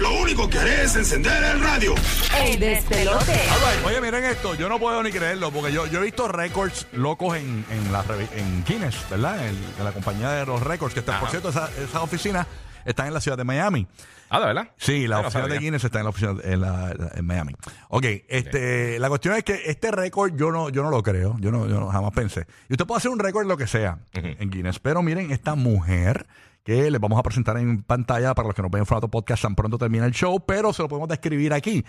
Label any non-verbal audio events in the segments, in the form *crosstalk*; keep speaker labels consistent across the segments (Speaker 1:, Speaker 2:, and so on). Speaker 1: lo único que haré es encender el radio.
Speaker 2: El despelote.
Speaker 3: Alright, Oye, miren esto, yo no puedo ni creerlo, porque yo, yo he visto récords locos en, en, la, revi- en Guinness, ¿verdad? En, en la compañía de los récords, que está, por cierto, esa- esas oficinas están en la ciudad de Miami.
Speaker 4: Ah, ¿de verdad?
Speaker 3: Sí, la
Speaker 4: Yo no
Speaker 3: oficina de
Speaker 4: sabía.
Speaker 3: Guinness está en la oficina en, la- en Miami. Ok, este, la cuestión es que este récord yo no, yo no lo creo, yo no, yo no- jamás pensé. Y usted puede hacer un récord lo que sea en Guinness, pero miren esta mujer que les vamos a presentar en pantalla para los que nos ven en formato podcast tan pronto termina el show, pero se lo podemos describir aquí.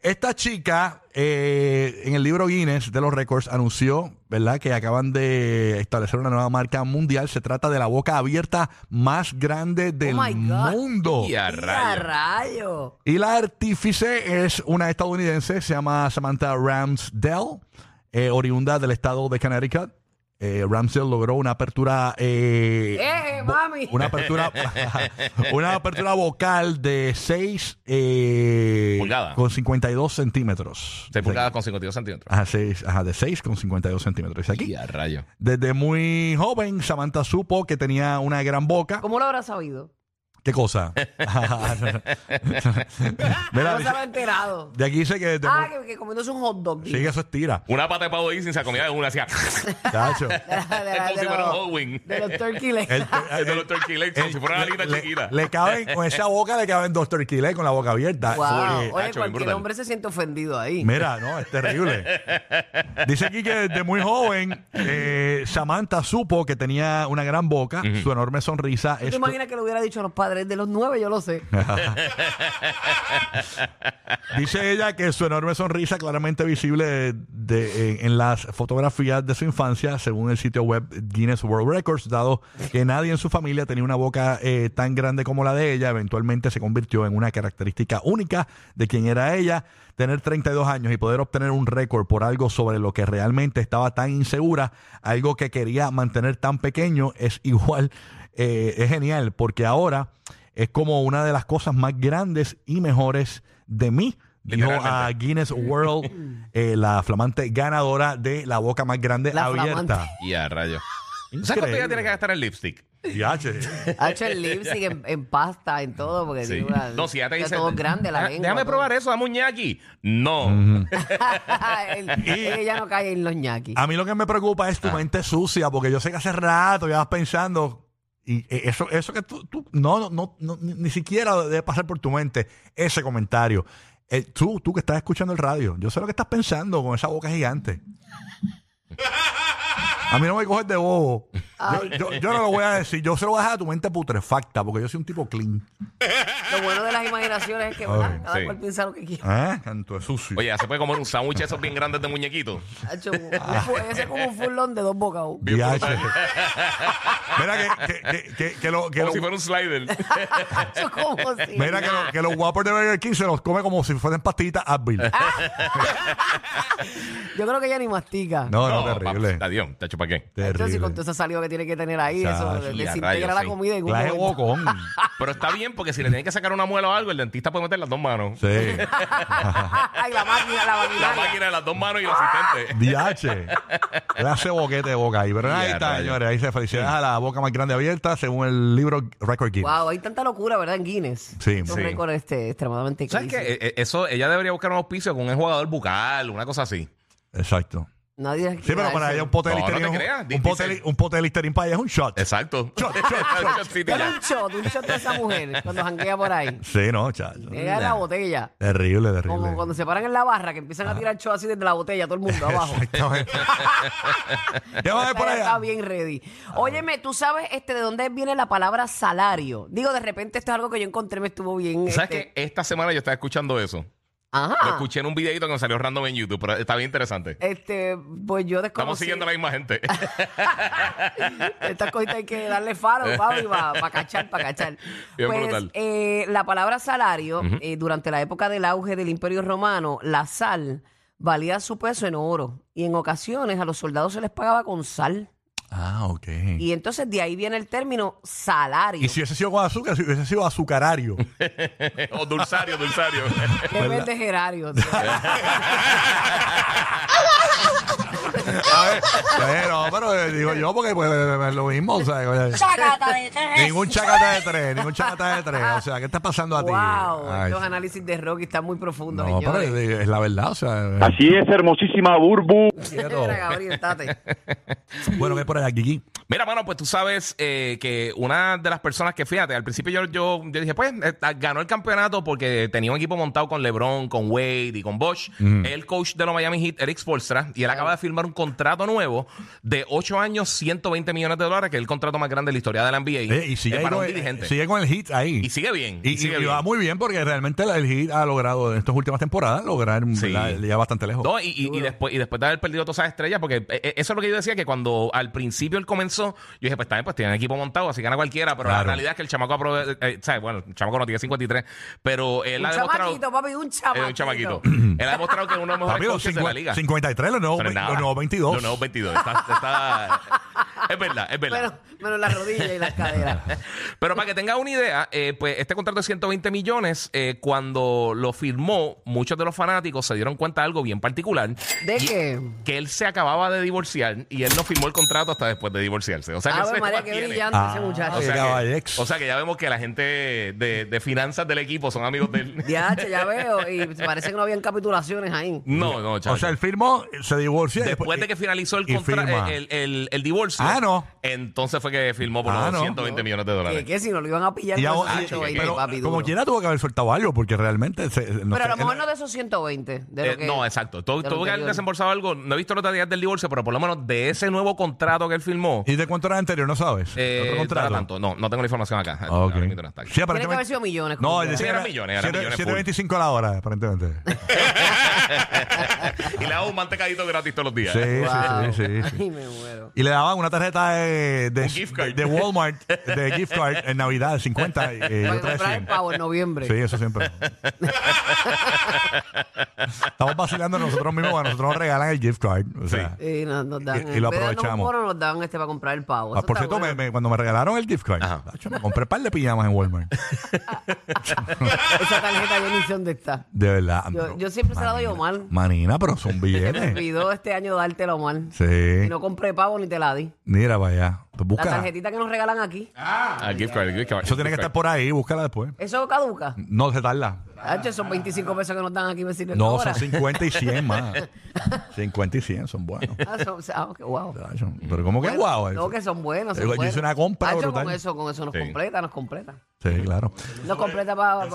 Speaker 3: Esta chica eh, en el libro Guinness de los récords anunció, ¿verdad?, que acaban de establecer una nueva marca mundial. Se trata de la boca abierta más grande del
Speaker 2: Oh my God.
Speaker 3: mundo.
Speaker 4: Y a
Speaker 2: ¡Y a
Speaker 4: rayos.
Speaker 2: rayo!
Speaker 3: Y la artífice es una estadounidense, se llama Samantha Ramsdell, eh, oriunda del estado de Connecticut. Eh, Ramsdell logró una apertura. eh,
Speaker 2: ¡Eh,
Speaker 3: bo-
Speaker 2: mami!
Speaker 3: Una apertura, *laughs* una apertura vocal de 6 eh,
Speaker 4: Pulgadas.
Speaker 3: con 52 centímetros.
Speaker 4: Seis pulgadas con 52 centímetros.
Speaker 3: Ajá, seis- ajá, de 6 con 52 centímetros. Dice aquí.
Speaker 4: Y a rayo.
Speaker 3: Desde muy joven, Samantha supo que tenía una gran boca.
Speaker 2: ¿Cómo lo habrá sabido?
Speaker 4: *laughs*
Speaker 3: ¿Qué cosa? *laughs* Mira,
Speaker 2: no se
Speaker 3: dice-
Speaker 2: habrá enterado.
Speaker 3: de aquí dice que desde muy-
Speaker 2: Ah, que, que comiéndose un hot dog.
Speaker 3: Sí, que eso estira.
Speaker 4: Una pata de pavo sin se la comía de
Speaker 2: *laughs*
Speaker 4: una, hacía.
Speaker 3: Chacho.
Speaker 2: De, la- de, la-
Speaker 4: como
Speaker 2: de
Speaker 4: si fuera un
Speaker 2: los,
Speaker 4: Owen.
Speaker 2: de los turkey legs. *laughs*
Speaker 3: El-
Speaker 4: *laughs* De los turkey legs, como si fuera una
Speaker 3: le-
Speaker 4: alita
Speaker 3: le-
Speaker 4: chiquita.
Speaker 3: Le caben, con esa boca le caben dos turkey legs con la boca abierta.
Speaker 2: Wow.
Speaker 3: Eh,
Speaker 2: Oye,
Speaker 4: Nacho, bien
Speaker 2: cualquier
Speaker 4: brutal.
Speaker 2: hombre se siente ofendido ahí.
Speaker 3: Mira, no, es terrible. Dice aquí que desde muy joven, eh, Samantha supo que tenía una gran boca, su enorme sonrisa.
Speaker 2: ¿Tú te
Speaker 3: es-
Speaker 2: imaginas que lo hubiera dicho a los padres de los nueve? Yo lo
Speaker 3: *laughs*
Speaker 2: sé.
Speaker 3: Dice ella que su enorme sonrisa, claramente visible de- de- eh, en, en las fotografías de su infancia, según el sitio web Guinness World Records, dado que nadie en su familia tenía una boca eh, tan grande como la de ella, eventualmente se convirtió en una característica única de quien era ella. Tener 32 años y poder obtener un récord por algo sobre lo que realmente estaba tan insegura, algo que quería mantener tan pequeño, es *laughs* igual, eh, es genial, porque ahora es como una de las cosas más grandes y mejores de mí. Dijo a
Speaker 4: Literalmente.
Speaker 3: Guinness *laughs* World, eh, la flamante ganadora de la boca más grande
Speaker 2: La
Speaker 3: abierta.
Speaker 2: flamante.
Speaker 4: Y a rayo. ¿Sabes cuánto ella tiene que gastar en lipstick?
Speaker 3: Diache.
Speaker 2: Ha hecho el lipstick en, en pasta, en todo, porque tiene una-
Speaker 4: No, si ya te
Speaker 2: está
Speaker 4: dice.
Speaker 2: todo grande la
Speaker 4: "Ah,
Speaker 2: lengua.
Speaker 4: Déjame
Speaker 2: todo.
Speaker 4: probar eso, dame un ñaqui. No. ¿eh?
Speaker 2: *laughs* El- ella no cae en los ñaquis.
Speaker 3: A mí lo que me preocupa es tu mente sucia, porque yo sé que hace rato ya vas pensando. Y eh, eso, eso que tú, tú- no, no, no, no, ni, ni siquiera debe pasar por tu mente ese comentario. Eh, tú, tú que estás escuchando el radio, yo sé lo que estás pensando con esa boca gigante. A mí no me coges de bobo. Yo, yo- yo no lo voy a decir. Yo se lo voy a dejar a tu mente putrefacta, porque yo soy un tipo clean.
Speaker 2: Lo bueno de las imaginaciones es que
Speaker 3: Ay,
Speaker 2: ¿verdad? cada
Speaker 4: sí.
Speaker 2: cual piensa lo que quiera.
Speaker 3: ¿Eh? Canto de sucio.
Speaker 4: Oye, ya se puede comer un sándwich esos bien grandes de
Speaker 3: *laughs*
Speaker 4: muñequito.
Speaker 2: Hacho, un- un fu- Ese es como un furlón de dos bocados.
Speaker 3: Diache. Mira que, que, que, que, que lo- que
Speaker 4: Como
Speaker 3: lo-
Speaker 4: si fuera un slider.
Speaker 2: Hacho,
Speaker 3: *laughs*
Speaker 2: como si
Speaker 3: Mira que, lo-
Speaker 2: nada.
Speaker 3: que los guapos de Burger King se los come como si fueran pastitas Advil.
Speaker 2: Ah, Yo creo que ella ni mastica.
Speaker 3: *laughs* No, no,
Speaker 4: papi,
Speaker 3: terrible.
Speaker 4: está Dios, tacho, ¿para qué?
Speaker 2: Entonces, si con
Speaker 3: Terrible.
Speaker 2: toda esa saliva que tiene que tener ahí,
Speaker 3: Chacho,
Speaker 2: eso
Speaker 3: y a
Speaker 2: desintegra
Speaker 4: rayos,
Speaker 2: la
Speaker 4: sí.
Speaker 2: comida en un
Speaker 3: Clase de
Speaker 2: momento.
Speaker 3: bocón.
Speaker 4: Pero está bien porque si le tienen que sacar una muela o algo, el dentista puede meter las dos manos.
Speaker 2: *laughs*
Speaker 3: Sí.
Speaker 2: *laughs* Ay, la máquina, la
Speaker 4: La
Speaker 2: maquinaria.
Speaker 4: máquina de las dos manos y el asistente.
Speaker 3: DH. Le hace boquete de boca ahí. Pero ahí
Speaker 4: Ya,
Speaker 3: está,
Speaker 4: rayos.
Speaker 3: señores. Ahí se felicidades a la boca más grande abierta según el libro Record Guinness.
Speaker 2: Wow, hay tanta locura, ¿verdad? En Guinness.
Speaker 3: Sí.
Speaker 2: Un
Speaker 3: Sí.
Speaker 2: récord este, extremadamente
Speaker 4: ¿Sabes qué?
Speaker 2: crazy.
Speaker 4: Eh, eh, Eso, ella debería buscar un auspicio con un enjuagador bucal, una cosa así.
Speaker 3: Exacto.
Speaker 2: Nadie
Speaker 3: Sí, pero para ella un pote de
Speaker 4: No, no te
Speaker 3: Listerine. es un-
Speaker 4: creas.
Speaker 3: un, pote, de li-
Speaker 4: Dice-
Speaker 3: un pote de Listerine para ella es un shot.
Speaker 4: Exacto.
Speaker 3: Shot, shot,
Speaker 4: *laughs*
Speaker 3: shot.
Speaker 4: Shotcito
Speaker 2: Dale un
Speaker 4: ya.
Speaker 2: shot, un shot de esa mujer cuando janguea por
Speaker 3: *laughs*
Speaker 2: ahí.
Speaker 3: Sí, no, chacho.
Speaker 2: Llega la botella.
Speaker 3: Terrible, terrible.
Speaker 2: Como cuando se paran en la barra, que empiezan a tirar show así desde la botella, todo el
Speaker 3: *laughs*
Speaker 2: mundo abajo. *laughs*
Speaker 3: Exactamente. ¿Qué va a ver
Speaker 2: Esta
Speaker 3: por
Speaker 2: ya
Speaker 3: allá?
Speaker 2: Está bien ready. Óyeme, ¿tú sabes este de dónde viene la palabra salario? Digo, de repente esto es algo que yo encontré, me estuvo bien.
Speaker 4: ¿Sabes
Speaker 2: este- Ah.
Speaker 4: qué? Esta semana yo estaba escuchando eso. Lo
Speaker 2: Ajá.
Speaker 4: escuché en un videito que me salió random en YouTube, pero está bien interesante.
Speaker 2: Este, pues yo desconocí.
Speaker 4: Estamos siguiendo a la misma
Speaker 2: *laughs*
Speaker 4: gente. *laughs*
Speaker 2: Estas cositas hay que darle faro, papi, para cachar, para cachar.
Speaker 4: *laughs* Bien
Speaker 2: pues
Speaker 4: brutal.
Speaker 2: eh, la palabra salario, eh, durante la época del auge del Imperio Romano, la sal valía su peso en oro. Y en ocasiones a los soldados se les pagaba con sal.
Speaker 3: Ah, ok.
Speaker 2: Y entonces de ahí viene el término salario.
Speaker 3: Y si hubiese sido con azúcar, si hubiese sido azucarario.
Speaker 4: o dulsario, dulsario. *laughs*
Speaker 2: Depende de Gerario. tío.
Speaker 3: Bueno, pero eh, digo yo porque pues, eh, eh, lo mismo. O sea, eh,
Speaker 5: Chacata de tres.
Speaker 3: ningún chacata de tres, ningún chacata de tres. O sea, ¿qué está pasando a ti?
Speaker 2: Wow,
Speaker 3: Ay,
Speaker 2: estos análisis de Rocky están muy profundos,
Speaker 3: no, pero
Speaker 2: señores.
Speaker 3: es es la verdad. O sea, eh,
Speaker 6: Así es, hermosísima Burbu.
Speaker 3: quiero-
Speaker 2: Mira, Gabriel,
Speaker 3: *laughs*
Speaker 2: tate.
Speaker 3: Bueno, ¿qué por allá, Kiki?
Speaker 4: Mira, mano, pues tú sabes eh, que una de las personas que, fíjate, al principio yo, yo, yo dije, pues, eh, ganó el campeonato porque tenía un equipo montado con LeBron, con Wade y con Bosch. El coach de los Miami Heat, Eric Spoelstra, y él acaba de firmar un contrato nuevo de 8 años, 120 millones de dólares, que es el contrato más grande de la historia de la NBA.
Speaker 3: Eh, y sigue,
Speaker 4: eh,
Speaker 3: ahí
Speaker 4: para
Speaker 3: con
Speaker 4: un
Speaker 3: el-
Speaker 4: dirigente.
Speaker 3: sigue con el hit ahí.
Speaker 4: y sigue bien.
Speaker 3: Y,
Speaker 4: sigue
Speaker 3: y- y
Speaker 4: bien.
Speaker 3: va muy bien porque realmente el hit ha logrado en estas últimas temporadas lograr
Speaker 4: Sí.
Speaker 3: ¿verdad? ya bastante lejos.
Speaker 4: No, y, y- y después, y después de haber perdido todas esas estrellas, porque eh, eh, eso es lo que yo decía, que cuando al principio él comenzó, yo dije, pues también, pues tienen equipo montado, así gana cualquiera, pero la
Speaker 3: Claro.
Speaker 4: realidad es que el chamaco aprove- eh, eh, ¿sabes? Bueno, el chamaco no tiene 53, pero él
Speaker 2: Un
Speaker 4: ha demostrado...
Speaker 2: chamaquito, papi, un
Speaker 4: Eh,
Speaker 2: chamaquito.
Speaker 4: un chamaquito. *clears throat* él ha demostrado que es uno de los
Speaker 3: Papi,
Speaker 4: mejores coaches
Speaker 3: los
Speaker 4: de la
Speaker 3: cincu-
Speaker 4: liga.
Speaker 3: 53, los nuevos,
Speaker 4: Pero
Speaker 3: ve-
Speaker 4: nada.
Speaker 3: los nuevos 22.
Speaker 4: Los nuevos 22. Está- está- *laughs* es verdad, es verdad.
Speaker 2: *laughs* Menos, menos las rodillas y las
Speaker 3: *laughs*
Speaker 2: caderas.
Speaker 4: Pero para que tengas una idea, eh, pues este contrato de 120 millones, eh, cuando lo firmó, muchos de los fanáticos se dieron cuenta de algo bien particular.
Speaker 2: ¿De
Speaker 4: Y-
Speaker 2: qué?
Speaker 4: Que él se acababa de divorciar y él no firmó el contrato hasta después de divorciarse. O sea, que
Speaker 2: A
Speaker 4: él se
Speaker 2: ver, Ah, pues, María, qué
Speaker 4: mantiene.
Speaker 2: brillante
Speaker 3: Ah,
Speaker 2: ese muchacho.
Speaker 4: O sea,
Speaker 3: Ay,
Speaker 4: que,
Speaker 3: caballex.
Speaker 4: o sea que ya vemos que la gente de, de finanzas del equipo son amigos de
Speaker 3: *laughs*
Speaker 4: él.
Speaker 2: Diache, ya veo. Y parece que no habían capitulaciones ahí.
Speaker 4: No, no, chaval.
Speaker 3: o sea, él firmó, se divorció. y
Speaker 4: Después de que finalizó el,
Speaker 3: y
Speaker 4: contra-
Speaker 3: firma.
Speaker 4: el, el- el divorcio,
Speaker 3: Ah, no.
Speaker 4: entonces fue que firmó por
Speaker 3: Ah,
Speaker 4: los
Speaker 3: no.
Speaker 4: 120 millones de
Speaker 2: ¿Qué,
Speaker 4: dólares.
Speaker 2: qué? Si no lo iban a pillar
Speaker 3: Y
Speaker 2: con
Speaker 3: ahora-
Speaker 2: esos
Speaker 4: ah,
Speaker 3: y-
Speaker 2: 120,
Speaker 3: Pues pero
Speaker 2: papi, duro.
Speaker 3: como quiera tuvo que haber soltado algo porque realmente se- no
Speaker 2: Pero a
Speaker 3: sé,
Speaker 2: lo mejor
Speaker 3: él-
Speaker 2: no de esos 120. De lo
Speaker 4: Eh,
Speaker 2: que-
Speaker 4: no, exacto. Tu-
Speaker 2: de lo
Speaker 4: Tuvo que haber
Speaker 2: anterior.
Speaker 4: desembolsado algo. No he visto los detalles del divorcio, pero por lo menos de ese nuevo contrato que él firmó.
Speaker 3: ¿Y de cuánto era anterior? ¿No sabes?
Speaker 4: eh,
Speaker 3: ¿Otro
Speaker 4: no era
Speaker 3: contrato?
Speaker 4: tanto. No, no tengo la información acá.
Speaker 3: Ah, ok.
Speaker 4: Ahora mismo no está aquí.
Speaker 3: Sí, aparentemente-
Speaker 2: Tiene que haber sido millones.
Speaker 3: No,
Speaker 2: como
Speaker 3: él
Speaker 2: quiera.
Speaker 4: Sí,
Speaker 3: decía
Speaker 4: eran
Speaker 3: era-
Speaker 4: millones, eran
Speaker 3: siete-
Speaker 4: millones full.
Speaker 3: 7.25 a la hora,
Speaker 2: *laughs*
Speaker 3: aparentemente.
Speaker 4: *laughs* y le hago un mantecadito gratis todos los días.
Speaker 3: Sí, sí,
Speaker 2: Wow.
Speaker 3: sí, sí, sí.
Speaker 2: *laughs* Ay, me muero.
Speaker 3: Y le daban una tarjeta de, de,
Speaker 4: Un gift card.
Speaker 3: de Walmart, de gift card en Navidad, de 50 y, eh, y
Speaker 2: Para
Speaker 3: otra de
Speaker 2: comprar el
Speaker 3: 100.
Speaker 2: pavo en noviembre.
Speaker 3: Sí,
Speaker 2: *laughs*
Speaker 3: eso siempre. Estamos vacilando nosotros mismos, bueno, nosotros nos regalan el gift card. O sea,
Speaker 2: Y nos, Eh, nos dan,
Speaker 3: Y- y lo
Speaker 2: en vez de darnos un
Speaker 3: aprovechamos.
Speaker 2: bono, nos dan este para comprar el pavo.
Speaker 3: Ah,
Speaker 2: Eso
Speaker 3: por
Speaker 2: está
Speaker 3: cierto, me-
Speaker 2: bueno.
Speaker 3: me- cuando me regalaron el gift card,
Speaker 4: Ajá.
Speaker 3: tacho, me compré un par de pijamas en Walmart.
Speaker 2: *laughs* Esa tarjeta yo ni sé dónde está.
Speaker 3: De verdad.
Speaker 2: Yo- yo siempre se la doy a
Speaker 3: Manina,
Speaker 2: Omar.
Speaker 3: Manina,
Speaker 2: *laughs*
Speaker 3: pero son
Speaker 2: Me
Speaker 3: billetes.
Speaker 2: olvidó este año dártelo, Omar.
Speaker 3: sí.
Speaker 2: Y no compré pavo ni te la di.
Speaker 3: Mira, vaya. Pues
Speaker 2: La
Speaker 3: busca.
Speaker 2: tarjetita que nos regalan aquí.
Speaker 4: Ah, gift card, gift card,
Speaker 3: Eso tiene que
Speaker 4: gift card.
Speaker 3: estar por ahí, búscala después.
Speaker 2: ¿Eso caduca?
Speaker 3: No se tarda.
Speaker 2: Hacho, esos 25 pesos que nos dan aquí me sirven
Speaker 3: No,
Speaker 2: Pues ahora.
Speaker 3: son 50 y 100 más. 50 y 100 son buenos.
Speaker 2: *laughs* Ah, son, ah, ok, wow.
Speaker 3: Tacho, Pero ¿cómo que guau?
Speaker 2: No,
Speaker 3: eso?
Speaker 2: que son buenos.
Speaker 3: Yo
Speaker 2: Son
Speaker 3: hice
Speaker 2: buenos.
Speaker 3: una compra
Speaker 2: Hacho,
Speaker 3: brutal.
Speaker 2: Con eso, con eso nos
Speaker 4: Sí.
Speaker 2: completa, nos completa.
Speaker 3: Sí, claro.
Speaker 2: Nos completa para...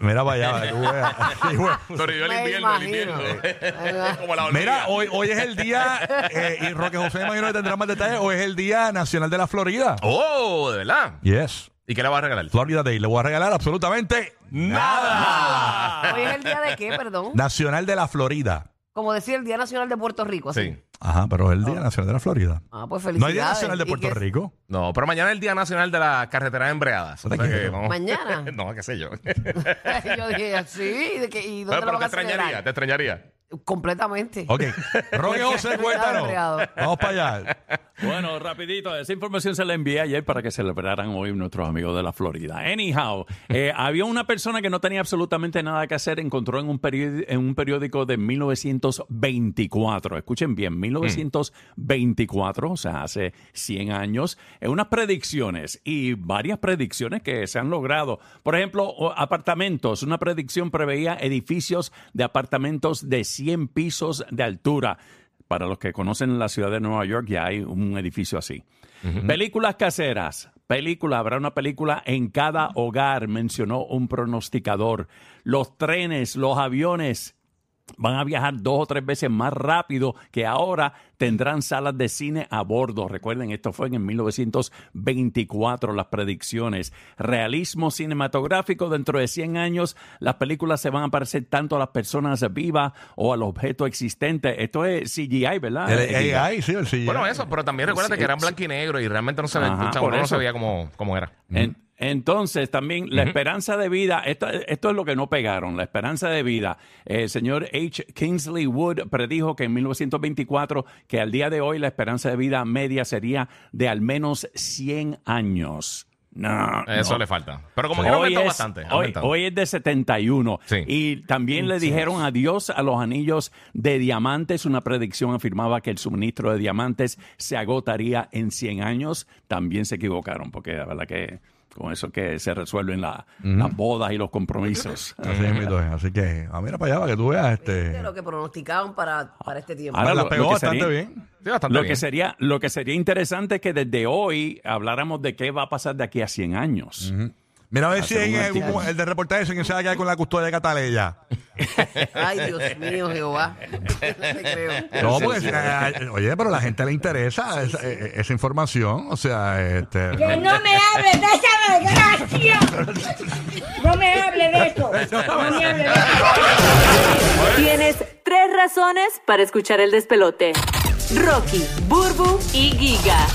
Speaker 3: Mira, vaya, para que
Speaker 2: *laughs*
Speaker 3: tú veas. Sí, bueno.
Speaker 4: Sobrevivió el
Speaker 2: Me
Speaker 4: invierno, el
Speaker 2: imagino.
Speaker 4: invierno. *laughs* Como la hormiga.
Speaker 3: Mira, hoy, hoy es el día, eh, y Roque José me imagino que tendrá más detalles, hoy es el Día Nacional de la Florida.
Speaker 4: Oh, de verdad.
Speaker 3: Yes,
Speaker 4: ¿Y qué le vas a regalar?
Speaker 3: Florida Day. Le voy a regalar absolutamente nada.
Speaker 2: Ah. Hoy es el día de qué, perdón.
Speaker 3: Nacional de la Florida.
Speaker 2: Como decía, el Día Nacional de Puerto Rico. Así.
Speaker 4: Sí.
Speaker 3: Ajá, pero es el Día Nacional de la Florida.
Speaker 2: Ah, pues
Speaker 3: No
Speaker 2: felicidades.
Speaker 3: hay Día Nacional de
Speaker 2: ¿Y
Speaker 3: Puerto
Speaker 2: qué-
Speaker 3: Rico.
Speaker 4: No, pero mañana es el Día Nacional de las Carreteras Embreadas. O sea que vamos-
Speaker 2: ¿Mañana?
Speaker 4: *laughs* no, qué sé yo.
Speaker 2: *laughs* Yo dije, sí, ¿de qué- ¿y dónde
Speaker 4: pero
Speaker 2: lo van
Speaker 4: te
Speaker 2: a celebrar?
Speaker 4: extrañaría, te extrañaría.
Speaker 2: Completamente.
Speaker 3: Ok, Roque José,
Speaker 2: Empleado.
Speaker 3: cuéntanos. Vamos para allá.
Speaker 7: Bueno, rapidito, esa información se la envié ayer para que celebraran hoy nuestros amigos de la Florida. Anyhow, eh, había una persona que no tenía absolutamente nada que hacer, encontró en un, periódico, en un periódico de 1924, escuchen bien, 1924, o sea, hace 100 años, eh, unas predicciones y varias predicciones que se han logrado. Por ejemplo, o- apartamentos, una predicción preveía edificios de apartamentos de 100 pisos de altura. Para los que conocen la ciudad de Nueva York, ya hay un edificio así. Películas caseras. Película, habrá una película en cada hogar, mencionó un pronosticador. Los trenes, los aviones van a viajar dos o tres veces más rápido que ahora tendrán salas de cine a bordo. Recuerden, esto fue en 1924 las predicciones. Realismo cinematográfico, dentro de 100 años las películas se van a parecer tanto a las personas vivas o al objeto existente. Esto es CGI, ¿verdad?
Speaker 3: El AI, sí, el CGI.
Speaker 4: Bueno, eso, pero también recuérdate
Speaker 7: Sí,
Speaker 4: que eran
Speaker 7: sí.
Speaker 4: blanco y negro y realmente no se veía,
Speaker 7: Ajá,
Speaker 4: o sea,
Speaker 7: por
Speaker 4: uno no
Speaker 7: eso.
Speaker 4: sabía cómo, cómo era.
Speaker 7: En- entonces, también la esperanza de vida, esto, esto es lo que no pegaron, la esperanza de vida. El señor H. Kingsley Wood predijo que en 1924, que al día de hoy la esperanza de vida media sería de al menos 100 años. No,
Speaker 4: Eso
Speaker 7: no.
Speaker 4: le falta. Pero como que no
Speaker 7: Hoy
Speaker 4: aumentó
Speaker 7: es-
Speaker 4: bastante. ha
Speaker 7: Hoy,
Speaker 4: aumentado.
Speaker 7: hoy es de 71.
Speaker 4: Sí.
Speaker 7: Y también le dijeron adiós a los anillos de diamantes. Una predicción afirmaba que el suministro de diamantes se agotaría en 100 años. También se equivocaron, porque la verdad que con eso que se resuelven la- las bodas y los
Speaker 4: *laughs*
Speaker 7: compromisos.
Speaker 3: Así, es, mito, es. así que, ah, mira para allá, para que tú veas. Este,
Speaker 2: De lo que pronosticaban para, para este tiempo.
Speaker 4: Ah,
Speaker 7: Ahora
Speaker 3: la
Speaker 7: lo-
Speaker 3: pegó
Speaker 7: lo que
Speaker 3: bastante
Speaker 7: sería-
Speaker 3: bien.
Speaker 4: Sí, bastante
Speaker 7: Lo
Speaker 4: bien.
Speaker 7: que, sería, lo que sería interesante es que desde hoy habláramos de qué va a pasar de aquí a 100 años.
Speaker 3: Mira a ver si
Speaker 7: Hacer
Speaker 3: en
Speaker 7: un
Speaker 3: algún-
Speaker 7: artículo.
Speaker 3: el de reportaje se queda con la custodia de Cataleya.
Speaker 2: Ay, Dios mío,
Speaker 4: *laughs*
Speaker 2: Jehová. *laughs* No te creo.
Speaker 3: No, porque, eh, oye, pero la gente le interesa esa, eh, esa información. O sea, este.
Speaker 5: Que no *laughs* me hable de esa desgracia. No me hable de eso. *laughs* No me hable de eso.
Speaker 8: Tienes tres razones para escuchar el despelote. Rocky, Burbu y Giga.